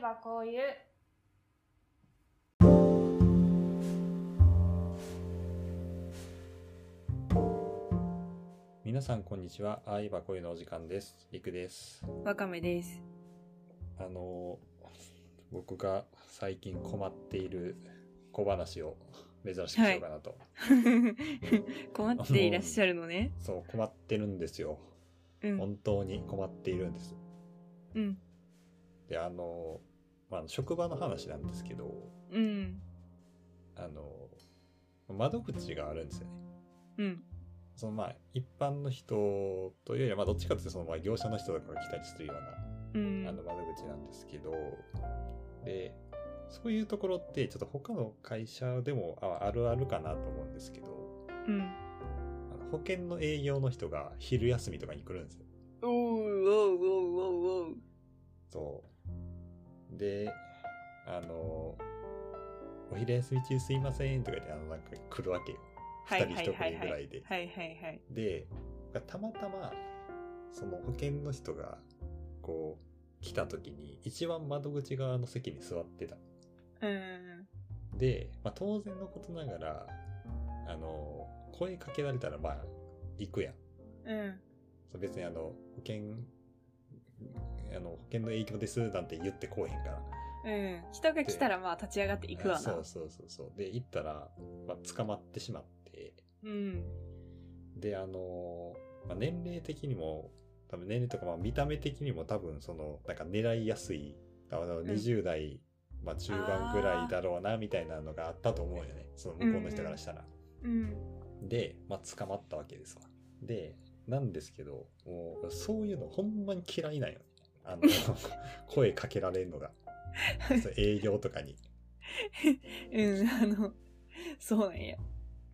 ばこういう皆さんこんにちは。あいばこういうのお時間です。りくです。わかめです。 あのー僕が最近困っている小話を珍しくしようかなと。困っていらっしゃるのね。そう困ってるんですよ。うん。本当に困っているんです。うん。であのーまあ職場の話なんですけど、うん。あのー窓口があるんですよね。うん。そのまあ一般の人というよりはまあどっちかというとそのまあ業者の人とかが来たりするようなうあのん。窓口なんですけど、で、そういうところってちょっと他の会社でもああるあるかなと思うんですけど、うん。あの保険の営業の人が昼休みとかに来るんですよ。おうおうおうおうおう。そう。で、あの、お昼休み中すいませんとか言って、あの、なんか来るわけよ。は二い人一はいは組いはぐい。はらいいで。はいはい。で、たまたま、その保険の人が、こう、来た時に、一番窓口側の席に座ってた。うん。で、まあ、当然のことながら、あの、声かけられたら、まあ、行くやん。うん。そう別にあの、保険、あの、保険の影響ですなんて言ってこうへんから。うん。人が来たらまあ立ち上がっていくわそなう。そうそうそう。で、行ったら、まあ、捕まってしまって、うん。で、あの、まあ、年齢的にも、多分年齢とか、まあ、見た目的にも多分、その、なんか狙いやすい、あの、ん20代、まあ、中盤ぐらいだろうな、みたいなのがあったと思うよね。その向こうの人からしたら。うん。で、まあ、捕まったわけですわ。で、なんですけど、もう、そういうのほんまに嫌いなんよ。あの、声かけられるのが。そう営業とかに。うん。 あの、そうなんや。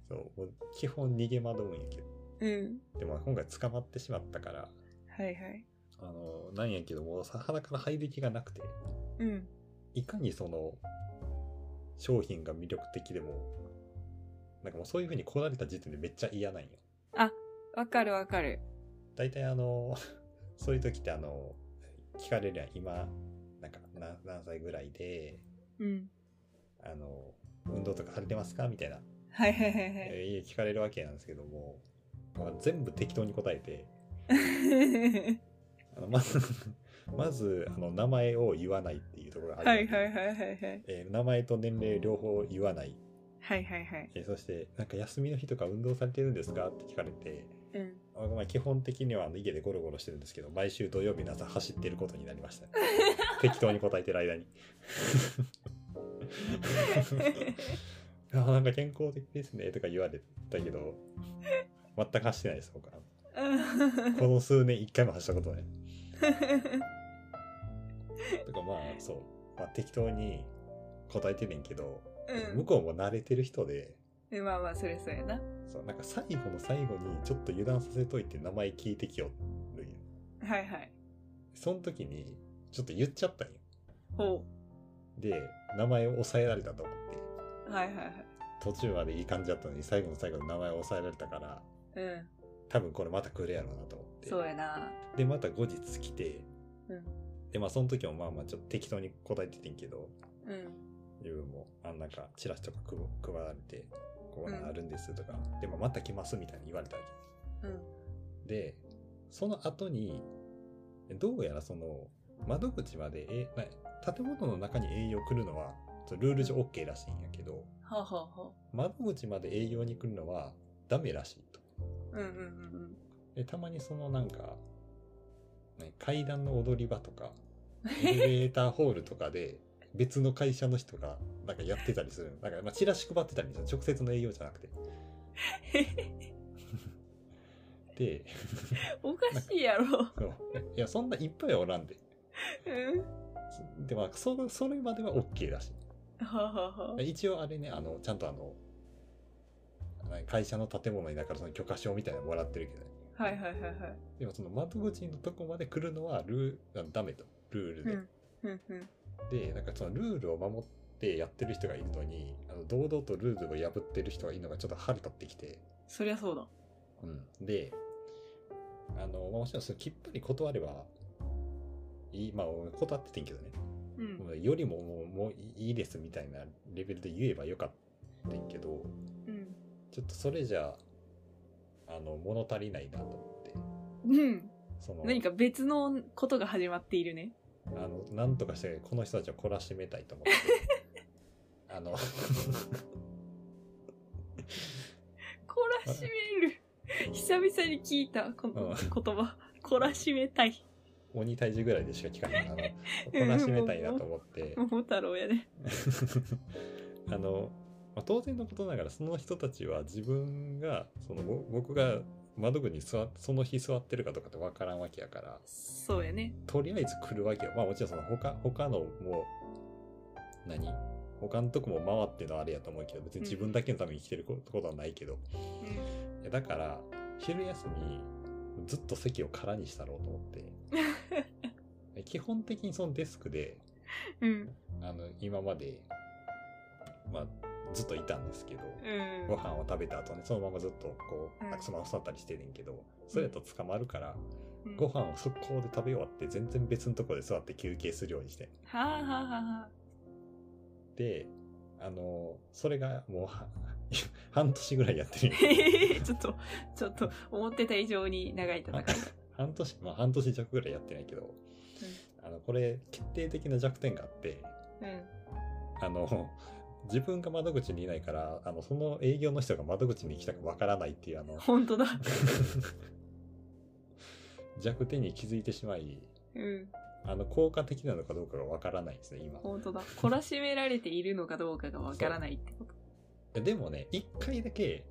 そう、もう基本逃げ惑うんやけうん。ど。でも今回捕まってしまったから、はいはい。あの、なんやけども、さ鼻から入る気がなくて、うん。いかにその、商品が魅力的でも、なんかもうそういう風に来られた時点でめっちゃ嫌なんよ。わかるわかる。大体あの そういう時ってあの聞かれりゃ今なんか何何歳ぐらいでうん。あの運動とかされてますかみたいな、はいはいはいはえー聞かれるわけなんですけども、まあ全部適当に答えてい。あのま ずまずあの名前を言わないっていうところがあるはいはいはいはいはい。えー名前と年齢両方言わない、はいはいはい。えーそしてなんか休みの日とか運動されてるんですかって聞かれて、うん。あまあ、基本的にはあの家でゴロゴロしてるんですけど毎週土曜日の朝走ってることになりました適当に答えてる間にあなんか健康的ですねとか言われたけど全く走ってないです僕はこの数年一回も走ったことないとかまあそう、まあ、適当に答えてんねんけど、うん向こうも慣れてる人でうん、まあまあそれそうやな。そうなんか最後の最後にちょっと油断させといて名前聞いてきよるんよはいはい。その時にちょっと言っちゃったんよほで名前を抑えられたと思ってう。はいはいはい。途中までいい感じだったのに最後の最後の名前を抑えられたからうん。多分これまた来るやろうなと思ってそうやな。でまた後日来て、うんでまあその時もまあまあちょっと適当に答えててんけどうん。自分もあんなんかチラシとかく配られてこううんなるんですとか、でもまた来ますみたいに言われたわうん。けでその後にどうやらその窓口までえな建物の中に営業来るのはちょっとルール上 OK らしいんやけど、ほうほうほ窓口まで営業に来るのはダメらしいと。う。うんうんうんで、たまにそのなんか、ね、階段の踊り場とか、エレベうーターホールとかで、別の会社の人がなんかやってたりする。なんかまあチラシ配ってたりする。直接の営業じゃな くて。で、 ん。おかしいやろ。そういや、そんないっぱいはおらんで。うん。で、まあ、そそれまでは OK らしい。ほうほうほう。一応あれねあのちゃんとあの会社の建物にだからその許可証みたいなのもらってるけどねはいはいはいはい。でもその窓口のとこまで来るのはルーあのダメとルールで、うん。うんうん。でなんかそのルールを守ってやってる人がいるのにあの堂々とルールを破ってる人がいるのがちょっと腹立ってきて、そりゃそうだ。うん、であのまあもちろんそれきっぱり断ればいいまあ俺断っててんけどねうんもうよりももうもういいですみたいなレベルで言えばよかったんやけどうんちょっとそれじゃあの物足りないなと思ってうんその何か別のことが始まっているねあのなんとかしてこの人たちを懲らしめたいと思って あの懲らしめる久々に聞いたこの言葉懲らしめたい鬼退治ぐらいでしか聞かないあのうん懲らしめたいなと思って桃太郎やね あの、まあ当然のことながらその人たちは自分がそのぼ僕が窓口に座っその日座ってるかとかって分からんわけやからそうやねとりあえず来るわけよまあもちろんその他他のもう何他のとこも回ってのあれやと思うけど別に自分だけのために生きてるこことはないけど、ういやだから昼休みずっと席を空にしたろうと思って基本的にそのデスクでんうんあの今まで、まあ、ずっといたんですけど、うんご飯を食べた後ねそのままずっとこううんなんかそのまま座ったりしてんねんけどそれやと捕まるから、うんご飯を速攻で食べ終わって全然別のとこで座って休憩するようにしてはあはあはあであのそれがもう は半年ぐらいやってるんやけどへ ちょっとちょっと思ってた以上に長い 戦い半年まあ半年弱ぐらいやってないけど、あのこれ決定的な弱点があってうんあの 自分が窓口にいないからあのその営業の人が窓口に行きたくわからないっていうあの 本当だ弱点に気づいてしまいうんあの効果的なのかどうかがわからないですね今い本当だ懲らしめられているのかどうかがわからないってことやでもね一回だけ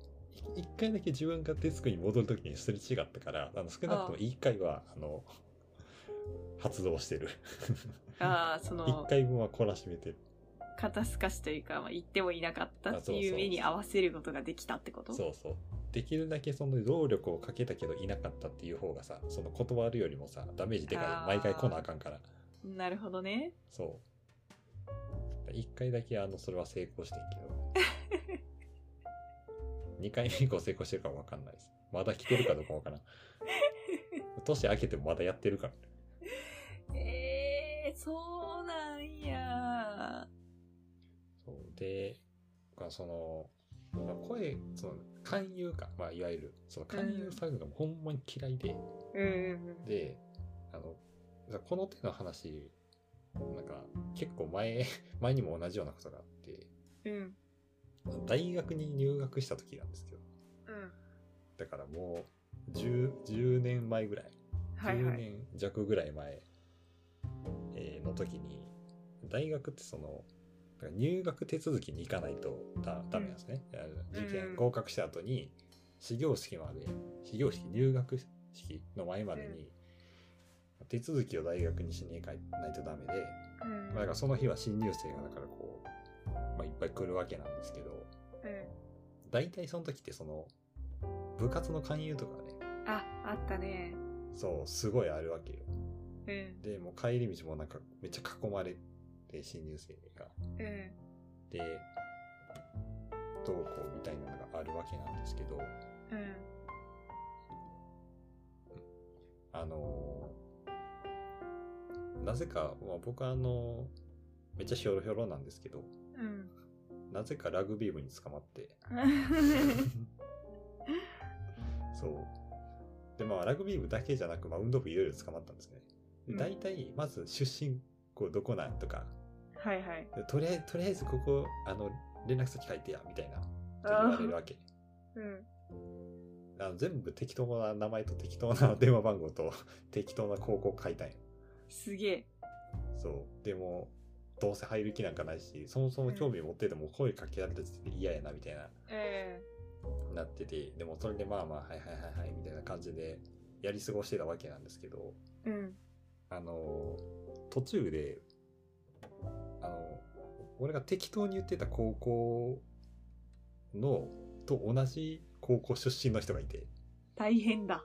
い一回だけ自分がデスクに戻るときにすれ違ったからあの少なくとも一回はあの発動してるああそ一の回分は懲らしめてる肩透かしというか、まあ、言ってもいなかったってあそういそうう目に合わせることができたってことそうそうできるだけその労力をかけたけどいなかったっていう方がさその断るよりもさダメージであかーい毎回来なあかんからなるほどねそう一回だけあのそれは成功してんけど 二回目以降成功してるかわかんないですまだ来てるかどうかわからん年明けてもまだやってるからえー、そうなんやそうで僕はその、まあ声その勧誘か、まあ、いわゆるその勧誘作業がほんまに嫌いで、うんうんであのこの手の話なんか結構前 前にも同じようなことがあってうんうん大学に入学した時なんですけどうんだからもう 10, 10年前ぐらい、はいは10い年弱ぐらい前、えーの時に大学ってそのだから入学手続きに行かないとダダメなんですね、あの受うん験合格した後に始業式まで始業式入学式の前までに手続きを大学にしに行かないとダメで、うんまあだからその日は新入生がだからこう、まあ、いっぱい来るわけなんですけどうん大体その時ってその部活の勧誘とかねああったねそうすごいあるわけようんでもう帰り道もなんかめっちゃ囲まれて新入生がうんでどうこうみたいなのがあるわけなんですけどうんあのーなぜか、まあ、僕はあのめっちゃひょろひょろなんですけどうんなぜかラグビー部に捕まってそうでまあラグビー部だけじゃなく、まあ、運動部いろいろ捕まったんですねうでん大体まず出身校どこなんとか はいはいでとりあえずとりあえずここあの連絡先書いてやみたいなって言わあれるわけーうんあの全部適当な名前と適当な電話番号と 適当な高校書いたんよすげえそうでもどうせ入る気なんかないしそもそも興味持ってても声かけられた時点で嫌やなみたいなえなっててでもそれでまあまあはいはいはいはいみたいな感じでやり過ごしてたわけなんですけどえうんあの途中であの俺が適当に言ってた高校のと同じ高校出身の人がいて大変だ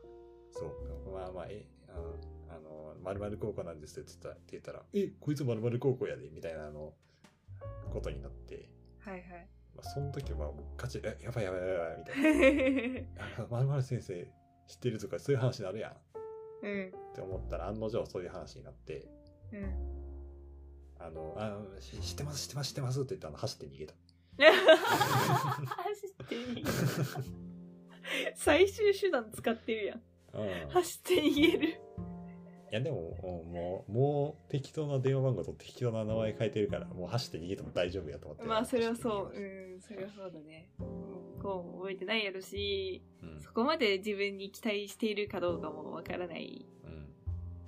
そうまあまあえああの「まるまる高校なんです」って言ったらって言ったら「えこいつまるまる高校やで」みたいなあのことになって、はい はいまあ、その時はもうガチで「えやばいやばいやばい」みたいなう「まるまる先生知ってる」とかそういう話になるやんっんて思ったら案の定そういう話になってうんああの、あし知ってます、知ってます、知ってますって言って、あの、走って逃げた。走って逃げる最終手段使ってるやんうん、い走って逃げるや、でも、うんもう、もう適当な電話番号と適当な名前変えてるから、もう走って逃げても大丈夫やと思って。まあそれはそう走って逃げうんそれはそうだねこうも覚えてないやろしましそこまで自分に期待しているかどうかもわからないた。うん。うん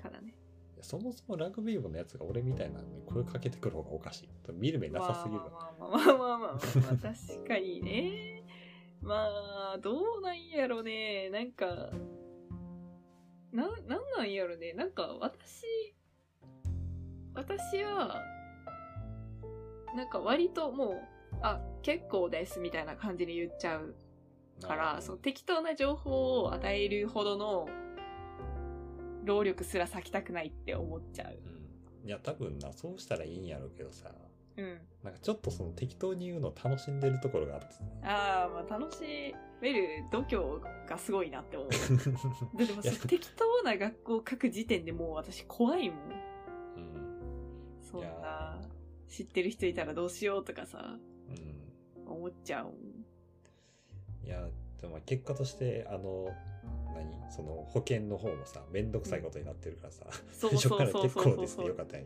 からねそもそもラグビー部のやつが俺みたいなのに声かけてくる方がおかしい。見る目なさすぎるわ。まあまあまあまあまあまあまあ、まあ、確かにね。まあ、どうなんやろね。なんか、な、なんなんやろね。なんか、私、私は、なんか割ともう、あ、結構ですみたいな感じで言っちゃうから、その適当な情報を与えるほどの労力すら割きたくないって思っちゃう。うん。いや、多分な、そうしたらいいんやろうけどさ、うん。なんかちょっとその適当に言うのを楽しんでるところがあって。ああ、まあ楽しめる度胸がすごいなっ て思う。だってもういやそ適当な学校を書く時点でもう私怖いもん。うん。そんいなや、知ってる人いたらどうしようとかさ、うん。思っちゃうもん。いや、でもまあ結果として、あの、何その保険の方もさ、めんどくさいことになってるからさ、そ最う初そかうらそう結そう構そでうすね、よかったよ。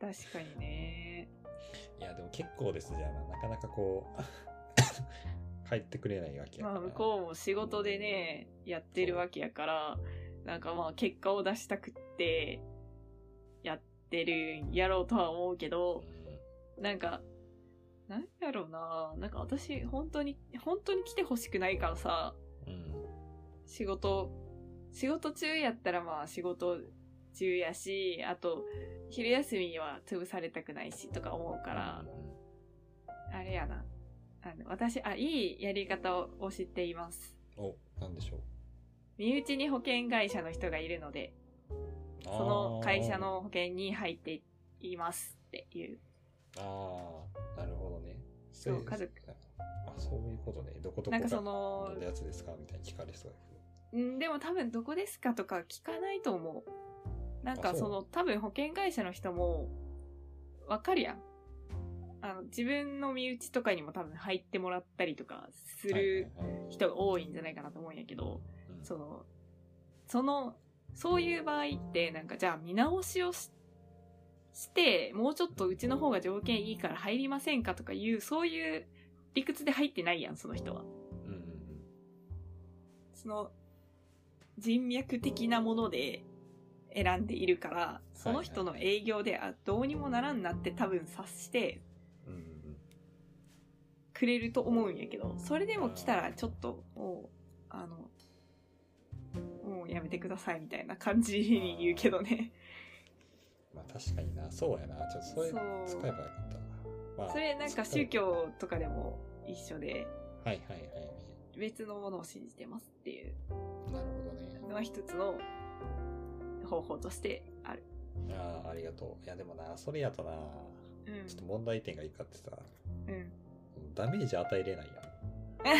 確かにね。いや、でも結構ですじゃあな、なかなかこ う、帰ってくれないわけやまかあら。向こうも仕事でね、やってるわけやから、なんかまあ結果を出したくって、やってるんやろうとは思うけど、なんか、なんやろうななんか私、本当に、本当に来てほしくないからさ、うん。うん。仕事、仕事中やったらまあ仕事中やし、あと、昼休みには潰されたくないし、とか思うから、あれやな。あの、私、あ、いいやり方を知っています。うん。お、なんでしょう。身内に保険会社の人がいるので、その会社の保険に入っていますっていう。あー。あーなるほどね。そうせ家族あ、そういうことね。どことこなんかそがの飲ん、だやつですかみたいに聞かれそうやうん、でも多分どこですかとか聞かないと思う。なんあかそうその多分保険会社の人もわかるやん。あの自分の身内とかにも多分入ってもらったりとかすけど。るはいはいはい人が多いんじゃないかなと思うんやけど、うんその、その、そういう場合ってなんかじゃあ見直しをしして、もうちょっとうちの方が条件いいから入りませんかとかいう、そういう理屈で入ってないやん、その人は。うんうんその人脈的なもので選んでいるから、その人の営業で、あ、どうにもならんなって多分察してうん。うんうんくれると思うんやけど、それでも来たらちょっと、もう、あの、もうやめてくださいみたいな感じに言うけどね。まあ確かにな。そうやな。ちょっとそれそう使えばよかったな。まあ、それなんか宗教とかでも一緒で、はいはいはいはい。別のものを信じてますっていうなるほどね。のは一つの方法としてある。ああ、ありがとう。いやでもな、それやとな、うんちょっと問題点がいいかってさ、うん。ダメージ与えれないや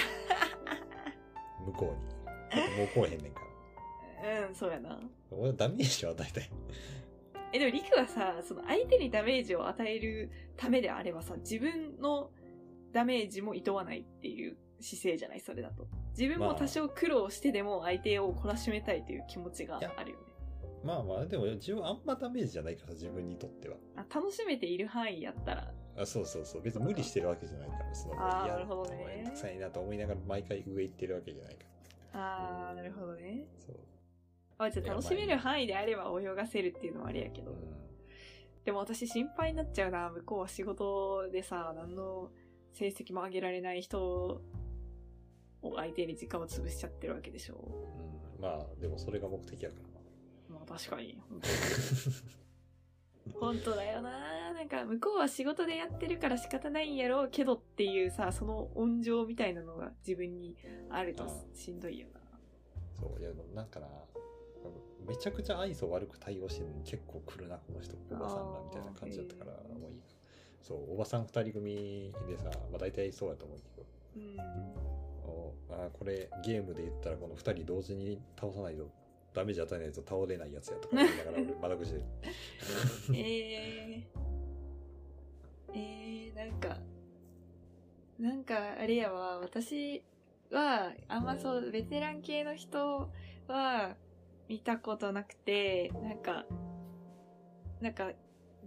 ん。向こうに。だってもうこうへんねんから。うん、そうやな。俺はダメージを与えたい。 え、でも、リクはさ、その相手にダメージを与えるためであればさ、自分のダメージも厭わないっていう姿勢じゃないそれだと。自分も多少苦労してでも相手を懲らしめたいという気持ちがあるよね。まあまあ、でも自分あんまダメージじゃないから、自分にとっては。あ楽しめている範囲やったら、あそうそうそう。別に無理してるわけじゃないから、その、あーいやなるほどねめんどくさいなと思いながら毎回上行ってるわけじゃないから。あー、なるほどね。そう。あ、じゃあやば楽いしめる範囲であれば泳がせるっていうのはあれやけうど。んでも私心配になっちゃうな。向こうは仕事でさ、何の成績も上げられない人を相手に時間を潰しちゃってるわけでしょ。うん、まあでもそれが目的やかまあ確かに。 ら 本当だよななんか向こうは仕事でやってるから仕方ないんやろうけどっていうさ、その温情みたいなのが自分にあるとあしんどいよな。そういやなんかなめちゃくちゃ愛想悪く対応してるのに結構来るなこの人おばさんだみたいな感じだったからあーもういいかそうおばさん2人組でさ、まあ、大体そうやと思うけどうん。おあーこれゲームで言ったらこの2人同時に倒さないと ダメージ与えないと倒れないやつやとか言いながら俺窓口でええー、なんか、なんかあれやわ、私は、あんまそう、ベテラン系の人は見たことなくて、なんか、なんか、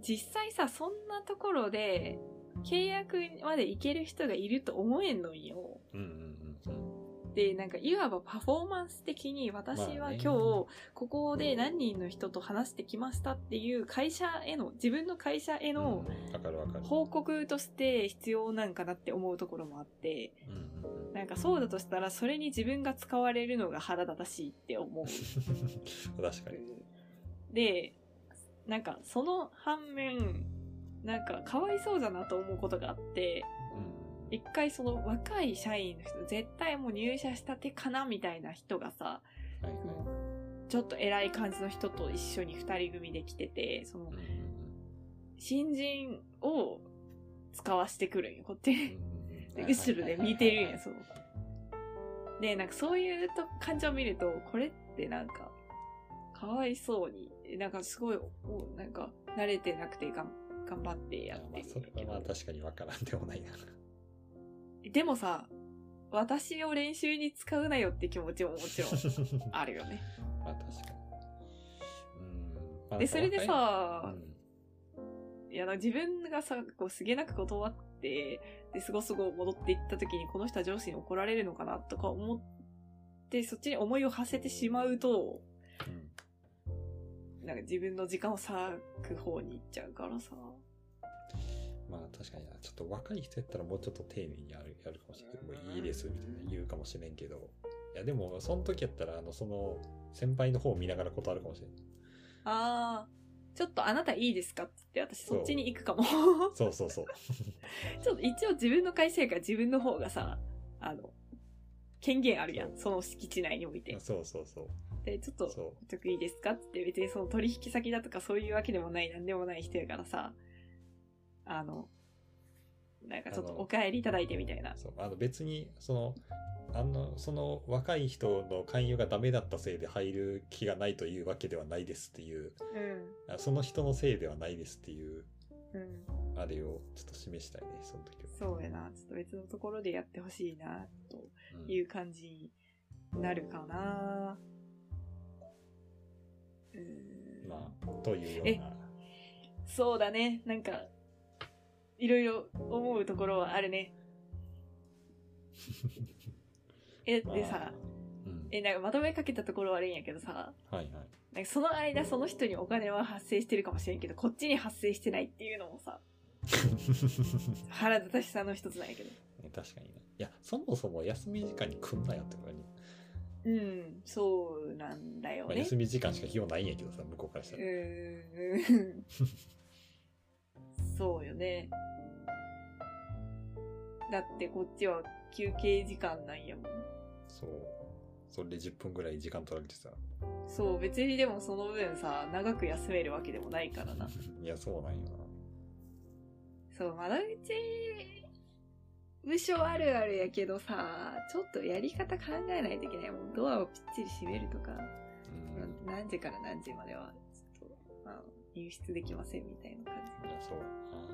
実際さ、そんなところで、契約までいける人がいると思えんのよ。うんうんうんうんで、なんか、いわばパフォーマンス的に、私まあはね今日、ここで何人の人と話してきましたっていう会社への、自分の会社への、うんわかるわかる報告として必要なんかなって思うところもあって、うんうん うんなんかそうだとしたらそれに自分が使われるのが腹立たしいっ て思確かにう。で、なんかその反面、なんかかわいそうだなと思うことがあって、うん一回その若い社員の人、絶対もう入社したてかなみたいな人がさ、はいはちょっと偉い感じの人と一緒に二人組で来てて、そのいうんうん新人を使わしてくるんよ、こっちうんに。うん うん後ろで見てるんや、はそう。で、なんかそういうと感じを見ると、これってなんか、かわいそうに、なんかすごい、おなんか慣れてなくてがん頑張っていやはいっはているそれけはまあど。確かにわからんでもないなでもさ、私を練習に使うなよって気持ちももちろんあるよね。 まあ確かにうんまあで、それでなんかさ、若いうんいやな自分がさこうすげえなく断ってですごすご戻っていった時にこの人は上司に怒られるのかなとか思ってそっちに思いを馳せてしまうとうんなんか自分の時間を割く方に行っちゃうからさまあ確かになちょっと若い人やったらもうちょっと丁寧にやるやるかもしれない。もういいですみたいな言うかもしれんけど。いやでも、その時やったら、あの、その、先輩の方を見ながら断るかもしれない。あーちょっとあなたいいですかって言って私そ っちに行くかもそうそうそう。ちょっと一応自分の会社やから自分の方がさあの権限あるやんその敷地内においてそうそうそう。でちょっそうとそ得意ですかって別にその取引先だとかそういうわけでもないなんでもない人やからさあのなんかちょっとあのお帰りいただいてみたいう。なあの、別に、その、あの、その若い人の勧誘がダメだったせいで入る気がないというわけではないですっていう、うあその人のせいではないですっていう、んうんあれをちょっと示したいね、その時は。そうやなちょっと別のところでやってほしいなとうんいう感じになるかなうーんまあ、というような。そうだねなんかいろいろ思うところはある ねえでまさあうん。えなんかまとめかけたところ悪いんやけどさはいはい。なんかその間その人にお金は発生してるかもしれんけどこっちに発生してないっていうのもさ腹立たしさの一つなんやけど ね確かにね。いや、そもそも休み時間に来んなよってことに、うんそうなんだよまあ、ね休み時間しか費用ないんやけどさ、向こうからしうたら。ーんそうよねだってこっちは休憩時間なんやもんそう。それで10分ぐらい時間取られてさ。そう別にでもその分さ長く休めるわけでもないからないや、そうなんよそう、窓口部署あるあるやけどさ、ちょっとやり方考えないといけない。もうドアをぴっちり閉めるとか、な。うん。何時から何時までは、ちょっと、あの、入室できませんみたいな感いや、そうだな。じ。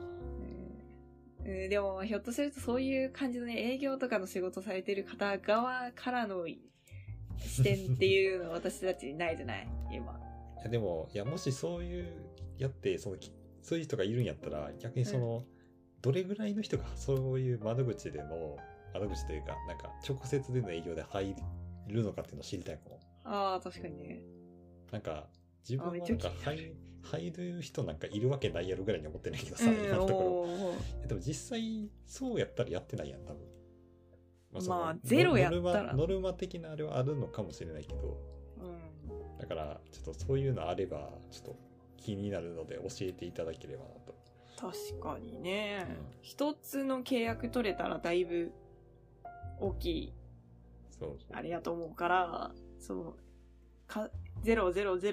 うんうん、でも、まあひょっとするとそういう感じのね、営業とかの仕事されてる方側からの視点っていうのは私たちにないじゃない今。いや、でも、いや、もしそういう、やって、その、きそういう人がいるんやったら、逆にその、どれぐらいの人がそういう窓口での、窓口というか、なんか、直接での営業で入るのかっていうのを知りたいかも。ああ、確かにね。なんか、自分はあめっなちゃんか気にな入、入る人なんかいるわけないやろぐらいに思ってないけどうさ、今ん、のところ。おーいやでも実際、そうやったらやってないやん、多分。ままあそのゼロやっノルたらマノルマ的なあれはあるのかもしれないけど、うん。だから、ちょっとそういうのあれば、ちょっと気になるので教えていただければなと。確かにねうん一つの契約取れたらだいぶ大きいそうそう。あれやと思うからそのか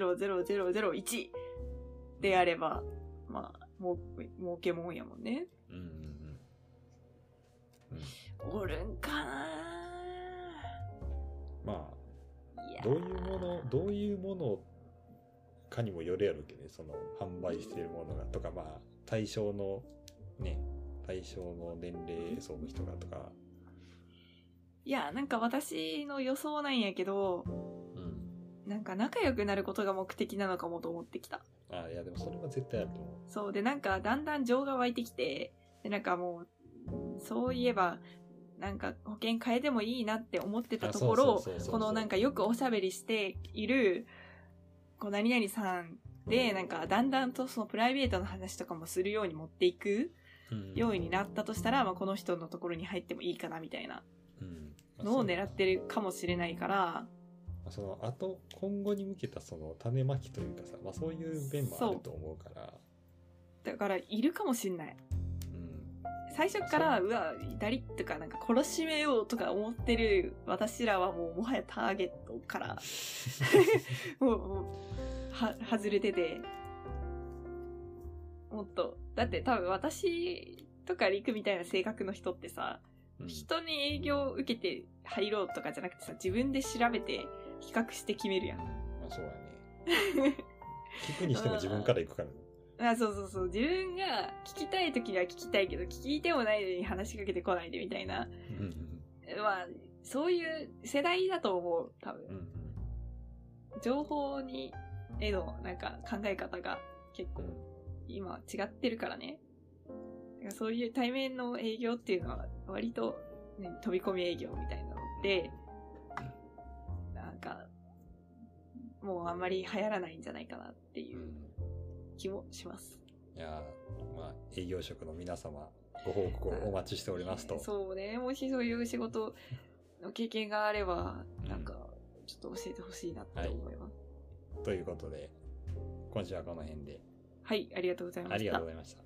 0000001であればまあもう儲けもんやもんねうんうんうん。おるんかなまいやあ、ーどういうもの、どういうものかにもよるやろうけどね、その、販売してるものがとか、まあ、対象のね対象の年齢層の人がとか、いや、なんか私の予想なんやけど、うん、なんか仲良くなることが目的なのかもと思ってきた。あいやでもそれは絶対あると思そうでなんかだんだん情が湧いてきてでなんかもうそういえばなんか保険変えてもいいなって思ってたとこあろそうそうそうそうこのなんかよくおしゃべりしているこう何々さんでなんかだんだんとそのプライベートの話とかもするように持っていくう、うんようになったとしたら、まあ、この人のところに入ってもいいかなみたいなうんのを狙ってるるかもしれないからそのあと今後に向けたその種まきというかさ、まあ、そういう面もあると思うからだからいるかもしれない。うん最初から、うわ、至りとか、なんか殺しめようとか思ってる私らはもう、もはやターゲット から、もう、もうは、外れてて、もっと、だって多分私とか陸みたいな性格の人ってさ、うん人に営業を受けて入ろうとかじゃなくてさ、自分で調べて比較して決めるやん。まあそうだ ね聞くにしても自分から行くからねあそうそうそう。自分が聞きたい時には聞きたいけど、聞いてもないのに話しかけてこないでみたいうなんまあ、そういう世代だと思う、多うんう分。ん情報に、への、なんか考え方が結う構ん今違ってるからね。だからそういう対面の営業っていうのは割と、ね、飛び込み営業みたいなので、なんか、もうあんまり流行らないんじゃないかなってういうん気もします。いやーまあ営業職の皆様ご報告をお待ちしておりますとそうね、もしそういう仕事の経験があれば、なんか、ちょっと教えてほしいなって思います。ということで今週はこの辺ではい、ありがとうございました。ありがとうございました